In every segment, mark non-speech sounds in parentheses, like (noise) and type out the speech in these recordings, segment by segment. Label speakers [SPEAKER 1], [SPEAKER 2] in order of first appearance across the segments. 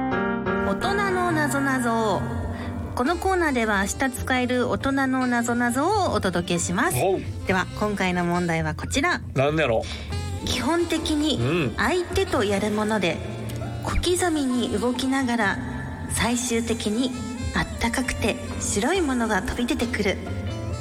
[SPEAKER 1] 大人のなぞなぞこのコーナーでは明日使える大人のなぞなぞをお届けします
[SPEAKER 2] おう
[SPEAKER 1] では今回の問題はこちら
[SPEAKER 2] なんやろ
[SPEAKER 1] 基本的に
[SPEAKER 2] うん
[SPEAKER 1] 相手とやるもので小刻みに動きながら最終的にあったかくて白いものが飛び出てくる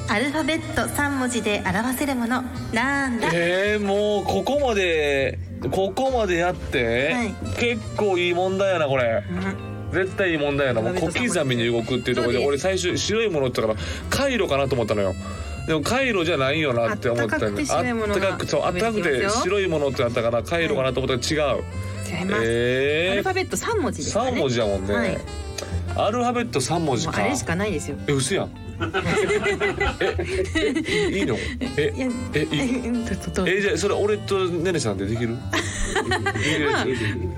[SPEAKER 1] アルファベット3文字で表せるものなんだ、
[SPEAKER 2] えー、もうここまでここまでやって、
[SPEAKER 1] はい
[SPEAKER 2] 結構いい問題やなこれ
[SPEAKER 1] うん
[SPEAKER 2] 絶対いい問題やなもう小刻みに動くっていうとこ
[SPEAKER 1] そ
[SPEAKER 2] ろ
[SPEAKER 1] う
[SPEAKER 2] で
[SPEAKER 1] です
[SPEAKER 2] 俺最初白いものって言ったからカイロかなと思ったのよでもカイロじゃないよなって思った
[SPEAKER 1] あったかくて白いものが
[SPEAKER 2] あったかくそうあったかく
[SPEAKER 1] 飛び出てき
[SPEAKER 2] て
[SPEAKER 1] ますよ
[SPEAKER 2] 白いものってなったからカイロかなと思ったら違う、
[SPEAKER 1] 違います、ア
[SPEAKER 2] え
[SPEAKER 1] ルフ
[SPEAKER 2] ー
[SPEAKER 1] ァベット3文字ですから
[SPEAKER 2] 三
[SPEAKER 1] ね
[SPEAKER 2] 文字だもんね、
[SPEAKER 1] はい
[SPEAKER 2] アルファベット三文字
[SPEAKER 1] もう
[SPEAKER 2] か
[SPEAKER 1] あれしかないですよ
[SPEAKER 2] え嘘
[SPEAKER 1] (laughs)
[SPEAKER 2] やんええいいのえ
[SPEAKER 1] いや
[SPEAKER 2] えいい
[SPEAKER 1] (laughs) うんととと
[SPEAKER 2] (laughs) えじゃあそれ俺とねねさんでできるできる
[SPEAKER 1] (laughs) まあ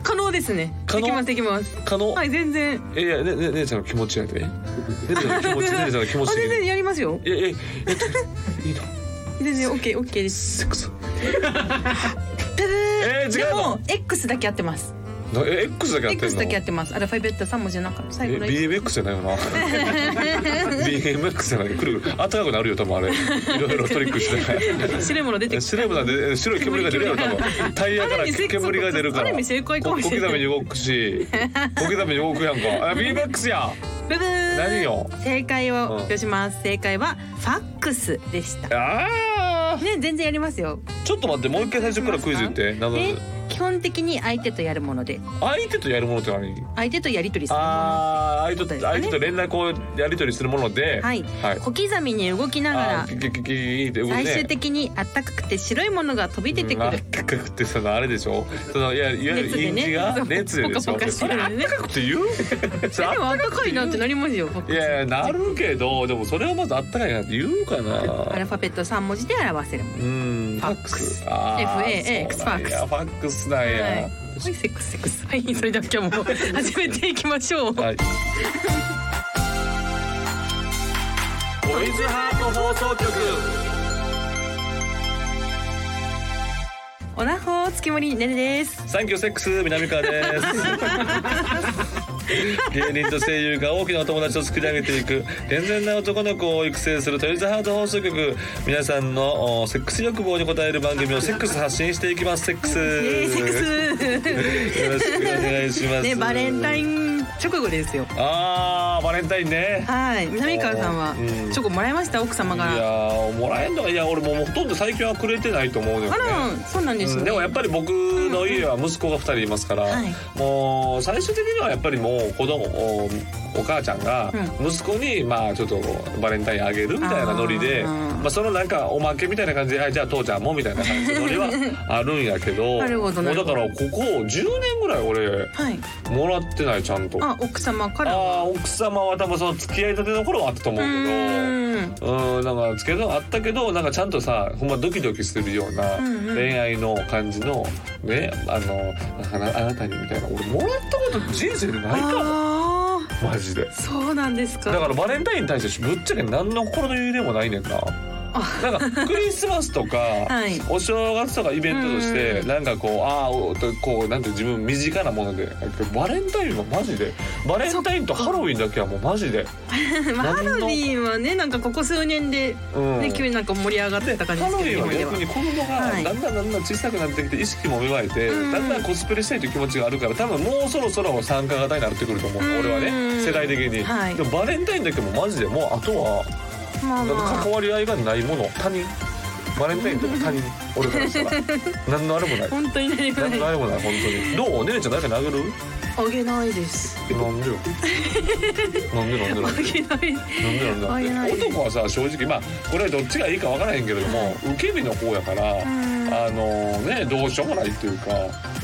[SPEAKER 1] 可能ですね
[SPEAKER 2] 可
[SPEAKER 1] で
[SPEAKER 2] 能
[SPEAKER 1] きますできます
[SPEAKER 2] 可能、
[SPEAKER 1] はい全然
[SPEAKER 2] えいやねねねねさんの気持ちやでねねねさんの気持ちねねさんの気持
[SPEAKER 1] (laughs) あ
[SPEAKER 2] ち
[SPEAKER 1] 全
[SPEAKER 2] 的に
[SPEAKER 1] 然やりますよ
[SPEAKER 2] いやいやいやいいの
[SPEAKER 1] 全然 OK OK です
[SPEAKER 2] セックス
[SPEAKER 1] (laughs) ブブー
[SPEAKER 2] えー違
[SPEAKER 1] で
[SPEAKER 2] うの
[SPEAKER 1] も X だけ合ってます
[SPEAKER 2] なえ X だけやってん
[SPEAKER 1] X だけ合
[SPEAKER 2] の
[SPEAKER 1] ってますアルファベット3文字の中
[SPEAKER 2] え
[SPEAKER 1] 最後の
[SPEAKER 2] BMX じゃないよな (laughs) BMX じゃないくるくる暖かくなるよ多分あれいろいろトリックしてない
[SPEAKER 1] (laughs) 白いもの出てくる
[SPEAKER 2] 白いものなんでえ白い煙が出るよ
[SPEAKER 1] (laughs)
[SPEAKER 2] 多分タイヤから
[SPEAKER 1] ある意味
[SPEAKER 2] 煙が出るか
[SPEAKER 1] あ
[SPEAKER 2] ら
[SPEAKER 1] る意味正解かもしれない
[SPEAKER 2] こ小刻みに動くし小刻みに動くやんかあ BMX や
[SPEAKER 1] ブブー (laughs)
[SPEAKER 2] 何よ
[SPEAKER 1] 正解を
[SPEAKER 2] うん
[SPEAKER 1] 発表します正解はファックスでしたね
[SPEAKER 2] あー
[SPEAKER 1] 全然やりますよ
[SPEAKER 2] ちょっと待ってもう一回最初からクイズ言って謎々
[SPEAKER 1] で基本的に相手とやるもので
[SPEAKER 2] 相手とやるものって何
[SPEAKER 1] 相手とやり取りするもの
[SPEAKER 2] あー相手と相手と連絡をやり取りするものでは
[SPEAKER 1] はい小刻みに動きなが
[SPEAKER 2] あ
[SPEAKER 1] ら
[SPEAKER 2] ーキキキキーって動くね
[SPEAKER 1] 最終的にあったかくて白いものが飛び出てく
[SPEAKER 2] うん
[SPEAKER 1] る
[SPEAKER 2] あったかくてそのあれでしょそのいやいわゆる
[SPEAKER 1] 熱で
[SPEAKER 2] 印
[SPEAKER 1] ね
[SPEAKER 2] 字が熱でし
[SPEAKER 1] そうポカポカ
[SPEAKER 2] ょ
[SPEAKER 1] して
[SPEAKER 2] そ
[SPEAKER 1] る
[SPEAKER 2] れ
[SPEAKER 1] よ
[SPEAKER 2] あっ
[SPEAKER 1] ね
[SPEAKER 2] たかくて言う (laughs) そ
[SPEAKER 1] で
[SPEAKER 2] れあっ
[SPEAKER 1] もあったかいなってなりますよファック
[SPEAKER 2] い
[SPEAKER 1] ス
[SPEAKER 2] やいやなるけどでもそれはまずあったかいなって言うか
[SPEAKER 1] アル
[SPEAKER 2] な
[SPEAKER 1] ファベット3文字で表せるもの
[SPEAKER 2] うん
[SPEAKER 1] ファックス
[SPEAKER 2] あー
[SPEAKER 1] FAX
[SPEAKER 2] そうなんやファックスなんや、
[SPEAKER 1] はいはい、セックスセックス。はい、それでは今日も始めていきましょう。
[SPEAKER 2] はいトイズハート放送局
[SPEAKER 1] オナホ月森ねねです。
[SPEAKER 2] サンキューセックス南川です
[SPEAKER 1] (laughs)
[SPEAKER 2] 芸人と声優が大きなお友達を作り上げていく健全な男の子を育成するトイズハート放送局皆さんのおセックス欲望に応える番組をセックス発信していきますセックス、
[SPEAKER 1] えー、セック
[SPEAKER 2] よろしくお願いしま
[SPEAKER 1] ス。
[SPEAKER 2] す。
[SPEAKER 1] ね、バレンタイ
[SPEAKER 2] ン。
[SPEAKER 1] ン直後ですよ。
[SPEAKER 2] ああ、バレンタインね。
[SPEAKER 1] はい、南川さんは
[SPEAKER 2] うん
[SPEAKER 1] チョコもらいました奥様
[SPEAKER 2] い
[SPEAKER 1] が。
[SPEAKER 2] やー、もらえんのか、いや、俺もうほとんど最近はくれてないと思うのよ、ね。
[SPEAKER 1] あら、そうなんです
[SPEAKER 2] うん
[SPEAKER 1] ね。
[SPEAKER 2] でもやっぱり僕の家は息子が2人いますから、
[SPEAKER 1] はい
[SPEAKER 2] もう最終的にはやっぱりもう子供おお母ちゃんが息子にまあちょっとバレンタインあげるみたいなノリで
[SPEAKER 1] あー
[SPEAKER 2] まあ、そのなんかおまけみたいな感じで「はいじゃあ父ちゃんも」みたいな感じのノリはあるんやけど
[SPEAKER 1] なるほどな
[SPEAKER 2] もう
[SPEAKER 1] るほ
[SPEAKER 2] だ
[SPEAKER 1] ど
[SPEAKER 2] からここ10年ぐらい俺
[SPEAKER 1] はい。
[SPEAKER 2] もらってないちゃんと。
[SPEAKER 1] あ、奥様からは。
[SPEAKER 2] ああー奥様は多分その付き合いたての頃はあったと思
[SPEAKER 1] う
[SPEAKER 2] うけど
[SPEAKER 1] ーん。
[SPEAKER 2] うんなんか付き合いたてあったけどなんかちゃんとさほんまドキドキするような
[SPEAKER 1] うんうん
[SPEAKER 2] 恋愛の感じのねあのあなあなたにみたいな俺もらったこと人生でないかも
[SPEAKER 1] あ
[SPEAKER 2] マジで
[SPEAKER 1] あ、そうなんです
[SPEAKER 2] だ
[SPEAKER 1] か。
[SPEAKER 2] からバレンタインに対してぶっちゃけ何の心の余裕でもないねんななんかクリスマスとか、
[SPEAKER 1] はい
[SPEAKER 2] お正月とかイベントとし
[SPEAKER 1] うん
[SPEAKER 2] て
[SPEAKER 1] うん
[SPEAKER 2] なんかこうああこうなんて自分身近なものでバレンタインはマジでバレンタインとハロウィンだけはもうマジで、
[SPEAKER 1] まあハロウィンはね、なんかここ数年で
[SPEAKER 2] うん
[SPEAKER 1] ね、急になんか盛り上がって
[SPEAKER 2] で
[SPEAKER 1] た
[SPEAKER 2] ハ
[SPEAKER 1] 感じです
[SPEAKER 2] ロウ
[SPEAKER 1] け
[SPEAKER 2] ィ
[SPEAKER 1] ど、
[SPEAKER 2] ンは
[SPEAKER 1] 日本で
[SPEAKER 2] 逆に子供
[SPEAKER 1] は
[SPEAKER 2] が
[SPEAKER 1] い
[SPEAKER 2] だんだんだんだん小さくなってきて意識も芽生えて、
[SPEAKER 1] うん
[SPEAKER 2] だんだんコスプレしたいという気持ちがあるから多分もうそろそろ参加型になってくると思う、
[SPEAKER 1] うん
[SPEAKER 2] 俺はね世代的に、
[SPEAKER 1] はい
[SPEAKER 2] でもバレンタインだけもマジでもうあとは
[SPEAKER 1] は。まあ
[SPEAKER 2] なんか
[SPEAKER 1] ま
[SPEAKER 2] 関わり合いがないもの他人バレンタインとか他人俺からした
[SPEAKER 1] (laughs)
[SPEAKER 2] ら何のあれもな
[SPEAKER 1] あ、
[SPEAKER 2] い
[SPEAKER 1] 本当に何も
[SPEAKER 2] 何の
[SPEAKER 1] な
[SPEAKER 2] あ
[SPEAKER 1] い。
[SPEAKER 2] れもない本当にどうお姉ちゃん誰か殴る
[SPEAKER 1] あげないです。
[SPEAKER 2] なんでよなんでなんでなん
[SPEAKER 1] あ
[SPEAKER 2] で
[SPEAKER 1] げない。
[SPEAKER 2] なんで
[SPEAKER 1] あいや
[SPEAKER 2] なん
[SPEAKER 1] い
[SPEAKER 2] で
[SPEAKER 1] や
[SPEAKER 2] 男はさ正直まあこれはどっちがいいかわからへんけれども受け身の方やから、
[SPEAKER 1] うん
[SPEAKER 2] あのねどうしようもないっていうか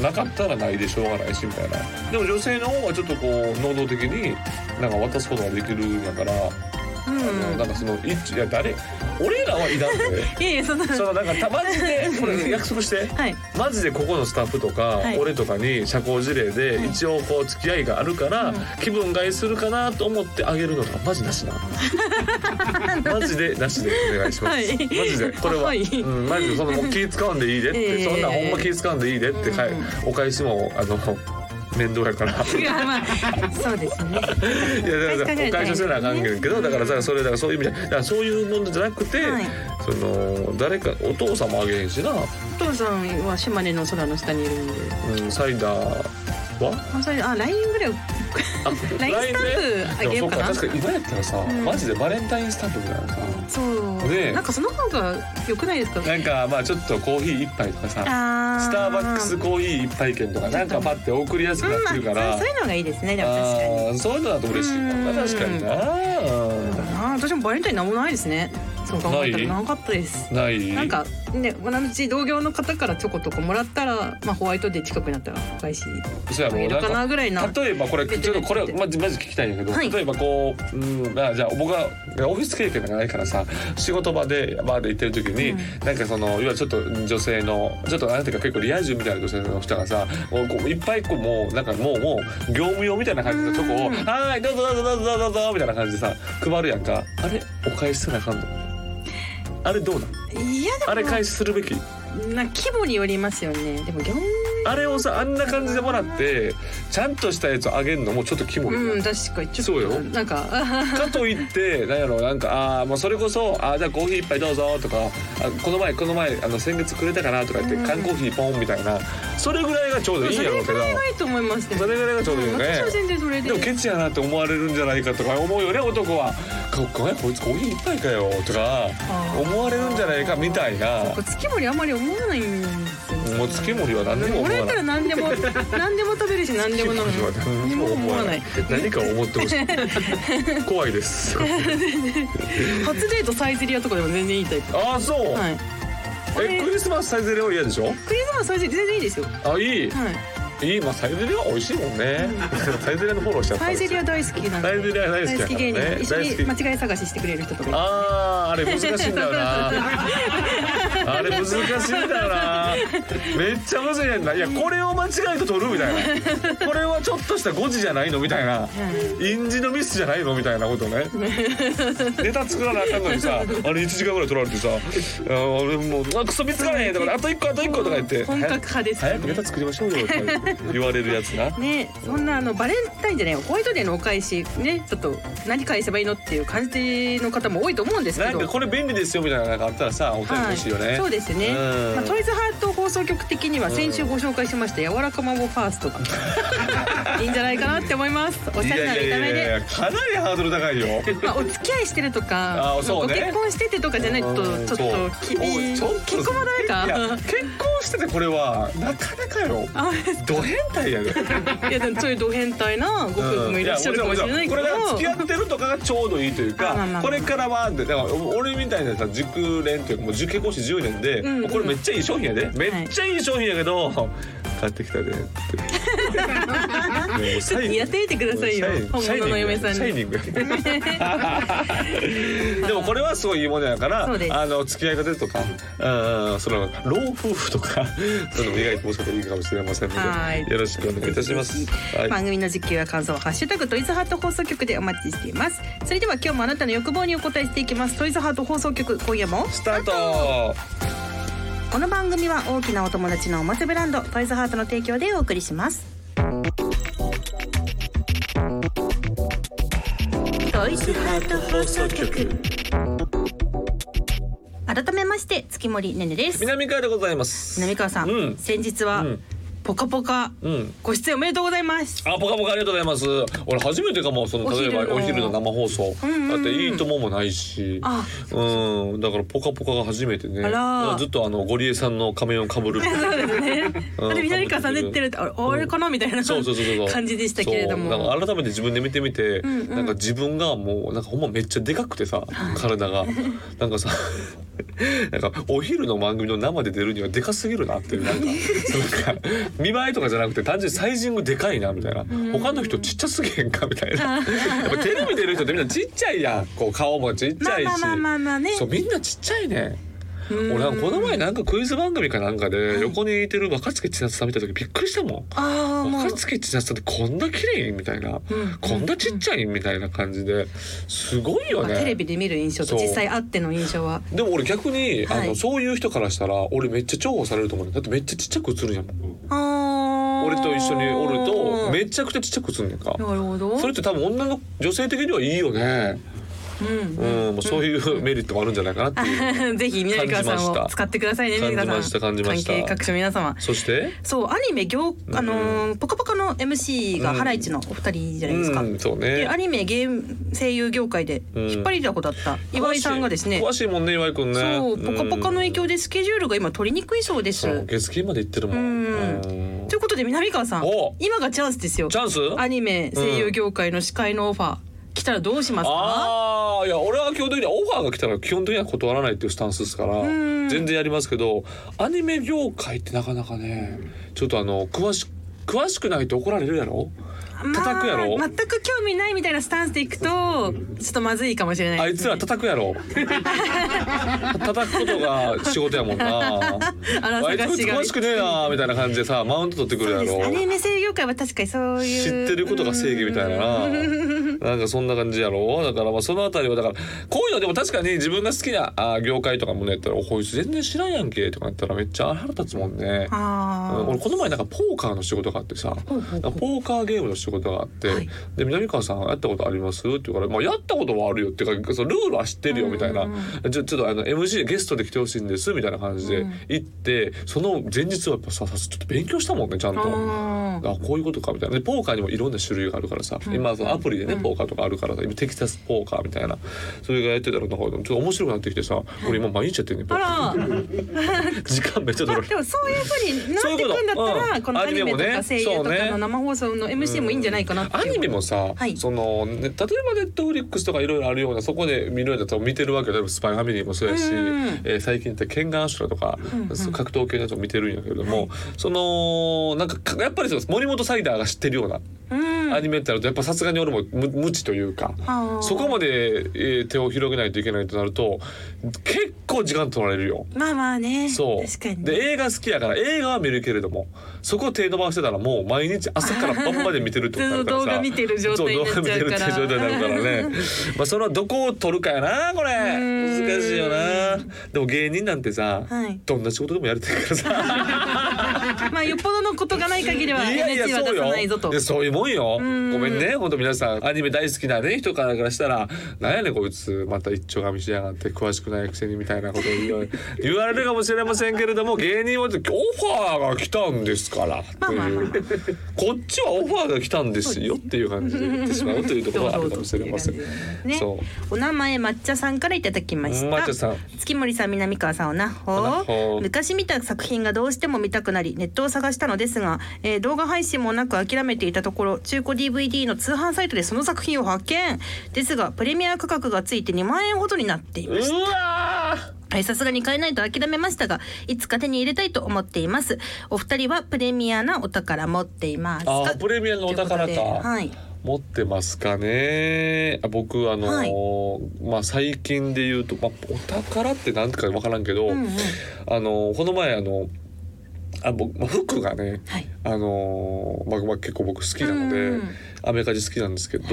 [SPEAKER 2] なかったらないでしょうがないしみたいなでも女性の方はちょっとこう能動的になんか渡すことができるんやから、あの
[SPEAKER 1] う
[SPEAKER 2] なんかその一いや誰俺らはいらん
[SPEAKER 1] ん。
[SPEAKER 2] で
[SPEAKER 1] いやいや、そんな。
[SPEAKER 2] そのなんかたマジでこれ約束して。
[SPEAKER 1] はい。
[SPEAKER 2] マジでここのスタッフとか、
[SPEAKER 1] はい
[SPEAKER 2] 俺とかに社交辞令で一応こう付き合いがあるから、
[SPEAKER 1] うん
[SPEAKER 2] 気分害するかなと思ってあげるのとかマジな
[SPEAKER 1] (laughs)
[SPEAKER 2] しなマジでなしでお願いします、
[SPEAKER 1] はい
[SPEAKER 2] マジでこれは、
[SPEAKER 1] はい
[SPEAKER 2] うん、マジでそのもう気使わんでいいでって、
[SPEAKER 1] ええ
[SPEAKER 2] そんなんほんま気使わんでいいでって、かい
[SPEAKER 1] うん
[SPEAKER 2] お返しもあの面倒やから
[SPEAKER 3] いやまあそうですね。
[SPEAKER 2] いやだから
[SPEAKER 3] 考え
[SPEAKER 2] お
[SPEAKER 3] た
[SPEAKER 2] 返
[SPEAKER 3] ら
[SPEAKER 2] しをせなあかんけどだからさそれだからそういう意味でだからそういうものじゃなくて、
[SPEAKER 1] はい
[SPEAKER 2] その誰かお父さんもあげへんしな、
[SPEAKER 3] お父さんは島根の空の下にいるんで。
[SPEAKER 2] うん、サイダーは
[SPEAKER 3] あそれあラインぐらい
[SPEAKER 2] あ
[SPEAKER 3] LINE スタンプあげようか
[SPEAKER 2] でも
[SPEAKER 3] な
[SPEAKER 2] そうか確かに今やったらさ、
[SPEAKER 3] ん
[SPEAKER 2] マジでバレンタインスタンプみたいなさ
[SPEAKER 3] そう、
[SPEAKER 2] ねえ
[SPEAKER 3] なんかその方が良くないですか。
[SPEAKER 2] なんかまあちょっとコーヒー一杯とかさ
[SPEAKER 3] あー
[SPEAKER 2] スターバックスコーヒー一杯券とかなんかパッて送りやすくなってるから、
[SPEAKER 3] うんまあそうそういうのがいいですね。でも確かに。
[SPEAKER 2] あーそういうのだと嬉しいもんな
[SPEAKER 3] うん
[SPEAKER 2] 確かにな
[SPEAKER 3] ああ私もバレンタインなんもないですね。そう考えたら
[SPEAKER 2] な
[SPEAKER 3] なかったです。
[SPEAKER 2] ない
[SPEAKER 3] なんかね、まあ、うち同業の方からちょこちょこもらったら、まあ、ホワイトデー近くになったらお返し
[SPEAKER 2] そうやろ
[SPEAKER 3] いるかなぐらいな
[SPEAKER 2] 例えばこれ
[SPEAKER 3] 別
[SPEAKER 2] ち
[SPEAKER 3] に
[SPEAKER 2] ょっとこれまじまじ聞きたいんやけど、
[SPEAKER 1] はい
[SPEAKER 2] 例えばこう、うん、まあじゃあ僕がオフィス経験がないからさ仕事場でバーで行ってる時に、なんかそのいわゆるちょっと女性のちょっとなんていうか結構リア充みたいな女性の人がさもうこういっぱいこうもうなんかもうもう業務用みたいな感じのチョコを
[SPEAKER 3] うん
[SPEAKER 2] 「はーいどうぞどうぞどうぞどうぞみたいな感じでさ配るやんかあれお返しせなあかんのあれどうなん
[SPEAKER 3] いやでも
[SPEAKER 2] あれ返しするべき
[SPEAKER 3] なんか規模によりますよねでも業務
[SPEAKER 2] あれをさあんな感じでもらってちゃんとしたやつあげるのもちょっとキモいな
[SPEAKER 3] うん確かにちょっと
[SPEAKER 2] そうよ
[SPEAKER 3] なんか
[SPEAKER 2] かといって何やろなんかあーもうそれこそ「あーじゃあコーヒー一杯どうぞ」とかあ「この前この前あの先月くれたかな」とか言って缶コーヒーポンみたいなそれぐらいがちょうどいいんやろうけど
[SPEAKER 3] ないいと思いますね
[SPEAKER 2] それぐらいがちょうどいいよね
[SPEAKER 3] 私は全然それで
[SPEAKER 2] でもケチやなって思われるんじゃないかとか思うよね男は「かここいつコーヒー一杯かよ」とか
[SPEAKER 3] あー
[SPEAKER 2] 思われるんじゃないかみたいな
[SPEAKER 3] そうか月盛りあんまり思わないんですよね
[SPEAKER 2] もう月盛りは何でも
[SPEAKER 3] も
[SPEAKER 2] 思
[SPEAKER 3] ら
[SPEAKER 2] わ
[SPEAKER 3] え
[SPEAKER 2] な
[SPEAKER 3] たら
[SPEAKER 2] い。
[SPEAKER 3] 何
[SPEAKER 2] (laughs)
[SPEAKER 3] でも何でも食べるし何でも飲む
[SPEAKER 2] 月 (laughs) 盛りは何にも思わない何かを思ってほしい怖い
[SPEAKER 3] (laughs)
[SPEAKER 2] です
[SPEAKER 3] 初デートサイゼリアとかでも全然いいタイプ
[SPEAKER 2] ああそう、
[SPEAKER 3] はい
[SPEAKER 2] えクリスマスサイゼリアは嫌でしょ
[SPEAKER 3] クリスマスサイゼリア全然いいですよ
[SPEAKER 2] あいい、
[SPEAKER 3] はい
[SPEAKER 2] いいまあサイゼリアは美味しいもんね、サイゼリアのフォローしちゃった
[SPEAKER 3] サイゼリア大好きなんで
[SPEAKER 2] サイゼリア大好きだからね
[SPEAKER 3] 芸人一緒
[SPEAKER 2] 大好
[SPEAKER 3] に
[SPEAKER 2] き
[SPEAKER 3] 間違い探ししてくれる人とか
[SPEAKER 2] あーあれ難しいんだよ
[SPEAKER 3] (laughs)
[SPEAKER 2] なあれ難しいんだよなめっちゃむずいやんないやこれを間違いと取るみたいなこれはちょっとした誤字じゃないのみたいな印字のミスじゃないのみたいなことねネタ作らなあかんのにさあれ1時間ぐらい取られてさ「あ俺もうあクソ見つかれへん」とか「あと1個あと1個」とか言って「
[SPEAKER 3] 本格派です
[SPEAKER 2] 早くネタ作りましょうよ」とか言われるやつな。
[SPEAKER 3] ねそんなあのバレンタインじゃないよホワイトデーのお返しねちょっと何返せばいいのっていう感じの方も多いと思うんですけ
[SPEAKER 2] なん
[SPEAKER 3] ど
[SPEAKER 2] かこれ便利ですよみたいなのがあったらさお便り欲しいよね、
[SPEAKER 3] はい、そうですね、
[SPEAKER 2] うん
[SPEAKER 3] まあ、トイズハート放送局的には先週ご紹介しました柔らかまごファース
[SPEAKER 2] (laughs)
[SPEAKER 3] トがいいんじゃないかなって思いますお
[SPEAKER 2] い
[SPEAKER 3] しゃ
[SPEAKER 2] や
[SPEAKER 3] れない見た
[SPEAKER 2] や
[SPEAKER 3] 目
[SPEAKER 2] いやい
[SPEAKER 3] で。
[SPEAKER 2] やかなりハードル高いよ
[SPEAKER 3] (laughs) まあ、お付き合いしてるとか、
[SPEAKER 2] あそうね
[SPEAKER 3] ご結婚しててとかじゃないと、
[SPEAKER 2] うん
[SPEAKER 3] ちょっと
[SPEAKER 2] そう
[SPEAKER 3] 厳しい。
[SPEAKER 2] ちょっと
[SPEAKER 3] 結婚もダメ
[SPEAKER 2] いや
[SPEAKER 3] か。
[SPEAKER 2] 結婚しててこれはなかなかよ
[SPEAKER 3] (laughs) あ
[SPEAKER 2] ド変態やで、
[SPEAKER 3] (laughs) いや、でも、そういうド変態なご夫婦もいらっしゃるかもしれないけど。
[SPEAKER 2] やもちろんもちろんこれが付き合ってるとかがちょうどいいという
[SPEAKER 3] あまあまあま
[SPEAKER 2] か
[SPEAKER 3] あ
[SPEAKER 2] これからはってだから俺みたいなさ熟練というかもう受験講師10年で、
[SPEAKER 3] うんうん
[SPEAKER 2] これめっちゃいい商品やでめっちゃいい商品やけど、買ってきたでっ
[SPEAKER 3] (laughs)
[SPEAKER 2] て
[SPEAKER 3] ちょっとやってみてくださいよ
[SPEAKER 2] シャイニング
[SPEAKER 3] 本物の嫁さんに
[SPEAKER 2] シャイニング
[SPEAKER 3] (laughs)
[SPEAKER 2] でもこれはすごいいいものやから
[SPEAKER 3] そうです
[SPEAKER 2] あの付き合い方とかうんうんその老夫婦と
[SPEAKER 3] (laughs)
[SPEAKER 2] かそういうのも意外ともしかしたらいいかもしれませんの
[SPEAKER 3] はい
[SPEAKER 2] でよろしくお願いいたします。はい
[SPEAKER 3] 番組の実況や感想はハッシュタグトイズハート放送局でお待ちしていますそれでは今日もあなたの欲望にお答えしていきますトイズハート放送局今夜も
[SPEAKER 2] スタート
[SPEAKER 1] この番組は大きなお友達のおもちゃブランドトイズハートの提供でお送りしますトイズハート放送局改めまして月森ねねです
[SPEAKER 2] 南川でございます
[SPEAKER 3] 南川さん、
[SPEAKER 2] うん
[SPEAKER 3] 先日は、
[SPEAKER 2] うん
[SPEAKER 3] ポカポカ、
[SPEAKER 2] うん
[SPEAKER 3] ご出演おめでとうござ
[SPEAKER 2] (laughs)
[SPEAKER 3] います
[SPEAKER 2] あ、ポカポカありがとうございます。俺初めてかも、その
[SPEAKER 3] お
[SPEAKER 2] 例え
[SPEAKER 3] 昼の
[SPEAKER 2] ばお昼の生放送、
[SPEAKER 3] んうんうん
[SPEAKER 2] だっていいとももないし、
[SPEAKER 3] あ
[SPEAKER 2] うん、だからポカポカが初めてね。
[SPEAKER 3] あら
[SPEAKER 2] だからずっとあのゴリエさんの仮面を被る。
[SPEAKER 3] そうですね
[SPEAKER 2] うん
[SPEAKER 3] あれ南川さん出てるってあれあれかなみたいな
[SPEAKER 2] そうそうそうそう
[SPEAKER 3] 感じでしたけれども
[SPEAKER 2] そうなんか改めて自分で見てみて、
[SPEAKER 3] んうん
[SPEAKER 2] なんか自分がもうなんかほんまめっちゃでかくてさ体がなんかさ (laughs) なんかお昼の番組の生で出るにはでかすぎるなっていうなんかなんか見栄えとかじゃなくて単純にサイジングでかいなみたいな他の人ちっちゃすぎへんかみたい
[SPEAKER 3] (laughs)
[SPEAKER 2] なやっぱテレビ出る人ってみんなちっちゃいやんこう顔もちっち
[SPEAKER 3] ま
[SPEAKER 2] ゃ
[SPEAKER 3] あ
[SPEAKER 2] いし、
[SPEAKER 3] まあまあまあまあね
[SPEAKER 2] そうみんなちっちゃいね
[SPEAKER 3] うん
[SPEAKER 2] 俺なんかこの前なんかクイズ番組かなんかで横にいてる若槻千夏さん見た時びっくりしたもん。
[SPEAKER 3] ああもう
[SPEAKER 2] 若槻千夏さんってこんな綺麗みたいな、
[SPEAKER 3] ん
[SPEAKER 2] こんなちっちゃいみたいな感じですごいよ
[SPEAKER 3] まあ
[SPEAKER 2] ね。
[SPEAKER 3] テレビで見る印象と
[SPEAKER 2] そう
[SPEAKER 3] 実際会っての印象は
[SPEAKER 2] でも俺逆に、
[SPEAKER 3] はい
[SPEAKER 2] あのそういう人からしたら俺めっちゃ重宝されると思うねだってめっちゃちっちゃく映るじゃん
[SPEAKER 3] あー
[SPEAKER 2] 俺と一緒におるとめちゃくちゃちっちゃくすんねんか
[SPEAKER 3] なるほど
[SPEAKER 2] それって多分女の女性的にはいいよね
[SPEAKER 3] うん
[SPEAKER 2] うん、もうそういうメリットもあるんじゃないかなっていう
[SPEAKER 3] (laughs) ぜひ南川さんを使ってくださいね
[SPEAKER 2] 感
[SPEAKER 3] 南
[SPEAKER 2] じ
[SPEAKER 3] 川
[SPEAKER 2] ま
[SPEAKER 3] さ
[SPEAKER 2] した
[SPEAKER 3] ん
[SPEAKER 2] 感じました
[SPEAKER 3] 関係各所皆様
[SPEAKER 2] そして
[SPEAKER 3] そうアニメ業あのーポカポカの MC が
[SPEAKER 2] うん
[SPEAKER 3] ハライチのお二人じゃ
[SPEAKER 2] う
[SPEAKER 3] ないですか、
[SPEAKER 2] んそう
[SPEAKER 3] で
[SPEAKER 2] ね
[SPEAKER 3] アニメゲーム声優業界で引っ張りだこだった岩井さんがですね
[SPEAKER 2] 詳しいもんね岩井くんね
[SPEAKER 3] そうポカポカの影響
[SPEAKER 2] で
[SPEAKER 3] でスケジュールが今取りにくいそうです、
[SPEAKER 2] そう月金まで行ってるもん
[SPEAKER 3] うん
[SPEAKER 2] うん
[SPEAKER 3] ということで南川さん
[SPEAKER 2] お
[SPEAKER 3] 今がチャンスですよ
[SPEAKER 2] チャンス
[SPEAKER 3] アニメ声優業界の司会のオファー来たらどうしますか
[SPEAKER 2] ああいや俺は基本的にはオファーが来たら基本的には断らないっていうスタンスですから
[SPEAKER 3] ん
[SPEAKER 2] 全然やりますけどアニメ業界ってなかなかねちょっとあの詳し詳しくないと怒られるやろ叩くやろ
[SPEAKER 3] まあ、全く興味ないみたいなスタンスでいくとちょっとまずいかもしれない
[SPEAKER 2] あいつら叩くやろ叩くことが仕事やもん
[SPEAKER 3] (laughs)
[SPEAKER 2] な
[SPEAKER 3] あら
[SPEAKER 2] あいつ
[SPEAKER 3] 探しが
[SPEAKER 2] 詳しくねえなみたいな感じでさマウント取ってくる
[SPEAKER 3] そう
[SPEAKER 2] や
[SPEAKER 3] ですアニ
[SPEAKER 2] ろ
[SPEAKER 3] メ声優業界は確かにそう
[SPEAKER 2] 知
[SPEAKER 3] いう
[SPEAKER 2] ってることが正義みたいなななんかそんな感じやろだからまあそのあたりはだからこういうのでも確かに自分が好きなあ業界とかもねやったら「おこいつ全然知らんやんけ」とかやったらめっちゃ腹立つもんね。
[SPEAKER 3] あ
[SPEAKER 2] うん
[SPEAKER 3] ー
[SPEAKER 2] 俺この前なんかポーカーの仕事があってさ
[SPEAKER 3] ほうほうほう
[SPEAKER 2] ポーカーゲームの仕事があって、
[SPEAKER 3] はい
[SPEAKER 2] で南川さんやったことありますって言うから、まあ、やったことはあるよっていうかそのルールは知ってるよみたいな、
[SPEAKER 3] うんうん
[SPEAKER 2] ちょちょっとあの MC ゲストで来てほしいんですみたいな感じで行って、その前日はやっぱささちょっと勉強したもんねちゃんと。
[SPEAKER 3] あー
[SPEAKER 2] あこういうことかみたいなでポーカーにもいろんな種類があるからさ、今そのアプリでね、ポーカーとかあるからさ今テキサスポーカーみたいなそれがやってたらなんかちょっと面白くなってきてさ俺今毎日やってんねんポーカー
[SPEAKER 3] あら
[SPEAKER 2] 時間めっちゃ
[SPEAKER 3] まあ
[SPEAKER 2] 取られ
[SPEAKER 3] で
[SPEAKER 2] る
[SPEAKER 3] もそういうふうになってくんだった
[SPEAKER 2] そういうことう
[SPEAKER 3] ら
[SPEAKER 2] ん
[SPEAKER 3] このアニメと
[SPEAKER 2] アニメも
[SPEAKER 3] か
[SPEAKER 2] ね
[SPEAKER 3] 声優と
[SPEAKER 2] そう
[SPEAKER 3] か
[SPEAKER 2] ね
[SPEAKER 3] の生放送の MC もいいんじゃないかなって
[SPEAKER 2] ア
[SPEAKER 3] いう
[SPEAKER 2] ニメもさ、
[SPEAKER 3] はい
[SPEAKER 2] そのね例えばネットフリックスとかいろいろあるようなそこで見るような多分見てるわけよ例えばスパイファミリーもそうやし、
[SPEAKER 3] うん
[SPEAKER 2] えー最近だったらケンガンアシュラとか、そう格闘系のやつも見てるんやけれども、そのなんかかやっぱりそう森本サイダーが知ってるような
[SPEAKER 3] うん
[SPEAKER 2] アニメってなるとやっぱさすがに俺も無無知というか。
[SPEAKER 3] あー
[SPEAKER 2] そこまで、えー手を広げないといけないとなると結構時間取られるよ。
[SPEAKER 3] まあまあね
[SPEAKER 2] そう
[SPEAKER 3] 確かに
[SPEAKER 2] で映画好きやから映画は見るけれどもそこを手伸ばしてたらもう毎日朝
[SPEAKER 3] (laughs)
[SPEAKER 2] から晩まで見てるってことになるからさ
[SPEAKER 3] ずっと動画見てる状態になっちゃうか
[SPEAKER 2] そ
[SPEAKER 3] ら
[SPEAKER 2] う動画見てるっていう状態になるからねまあそれはどこを取るかやなこれ
[SPEAKER 3] ん
[SPEAKER 2] 難しいよなでも芸人なんてさ、
[SPEAKER 3] はい
[SPEAKER 2] どんな仕事でもやりたいからさ
[SPEAKER 3] まあよっぽどのことがない限りは NG は
[SPEAKER 2] そう
[SPEAKER 3] 出さ
[SPEAKER 2] よ
[SPEAKER 3] ないぞと
[SPEAKER 2] いやそういうもんよ
[SPEAKER 3] ん
[SPEAKER 2] ごめんね本当皆さんアニメ大好きなね人からからしたらなんやねんこいつまた一丁紙しやがって詳しくないくせにみたいなことを言
[SPEAKER 3] (laughs)
[SPEAKER 2] う言われるかもしれませんけれども芸人はオファーが来たんですからって
[SPEAKER 3] まあまあまあ
[SPEAKER 2] いうこっちはオファーが来たんですよっていう感じで言ってしまうというところはあるかもしれません
[SPEAKER 3] どうぞどうぞっていう感じでね
[SPEAKER 2] そう
[SPEAKER 3] お名前抹茶さんからいただきました
[SPEAKER 2] 抹茶さん
[SPEAKER 3] 月森さん南川さんおな
[SPEAKER 2] おな
[SPEAKER 3] ほ
[SPEAKER 2] ほ
[SPEAKER 3] 昔見た作品がどうしても見たくなりネットを探したのですが、えー動画配信もなく諦めていたところ中古 DVD の通販サイトでその作品を発見ですがプレミア価格がついて2万円ほどになっていま
[SPEAKER 2] う
[SPEAKER 3] す
[SPEAKER 2] わー
[SPEAKER 3] えーさすがに買えないと諦めましたがいつか手に入れたいと思っていますお二人はプレミアなお宝持っています
[SPEAKER 2] あ
[SPEAKER 3] か
[SPEAKER 2] ープレミアのお宝か
[SPEAKER 3] ということではい
[SPEAKER 2] 持ってますかねあ僕あのーまあ最近で言うと、まあ、お宝ってなんてか分からんけど、
[SPEAKER 3] うんうん
[SPEAKER 2] あのーこの前あのあ僕、まあ、服がね
[SPEAKER 3] はい
[SPEAKER 2] あのーまあまあ、結構僕好きなので、
[SPEAKER 3] うん
[SPEAKER 2] アメカジ好きなんですけど、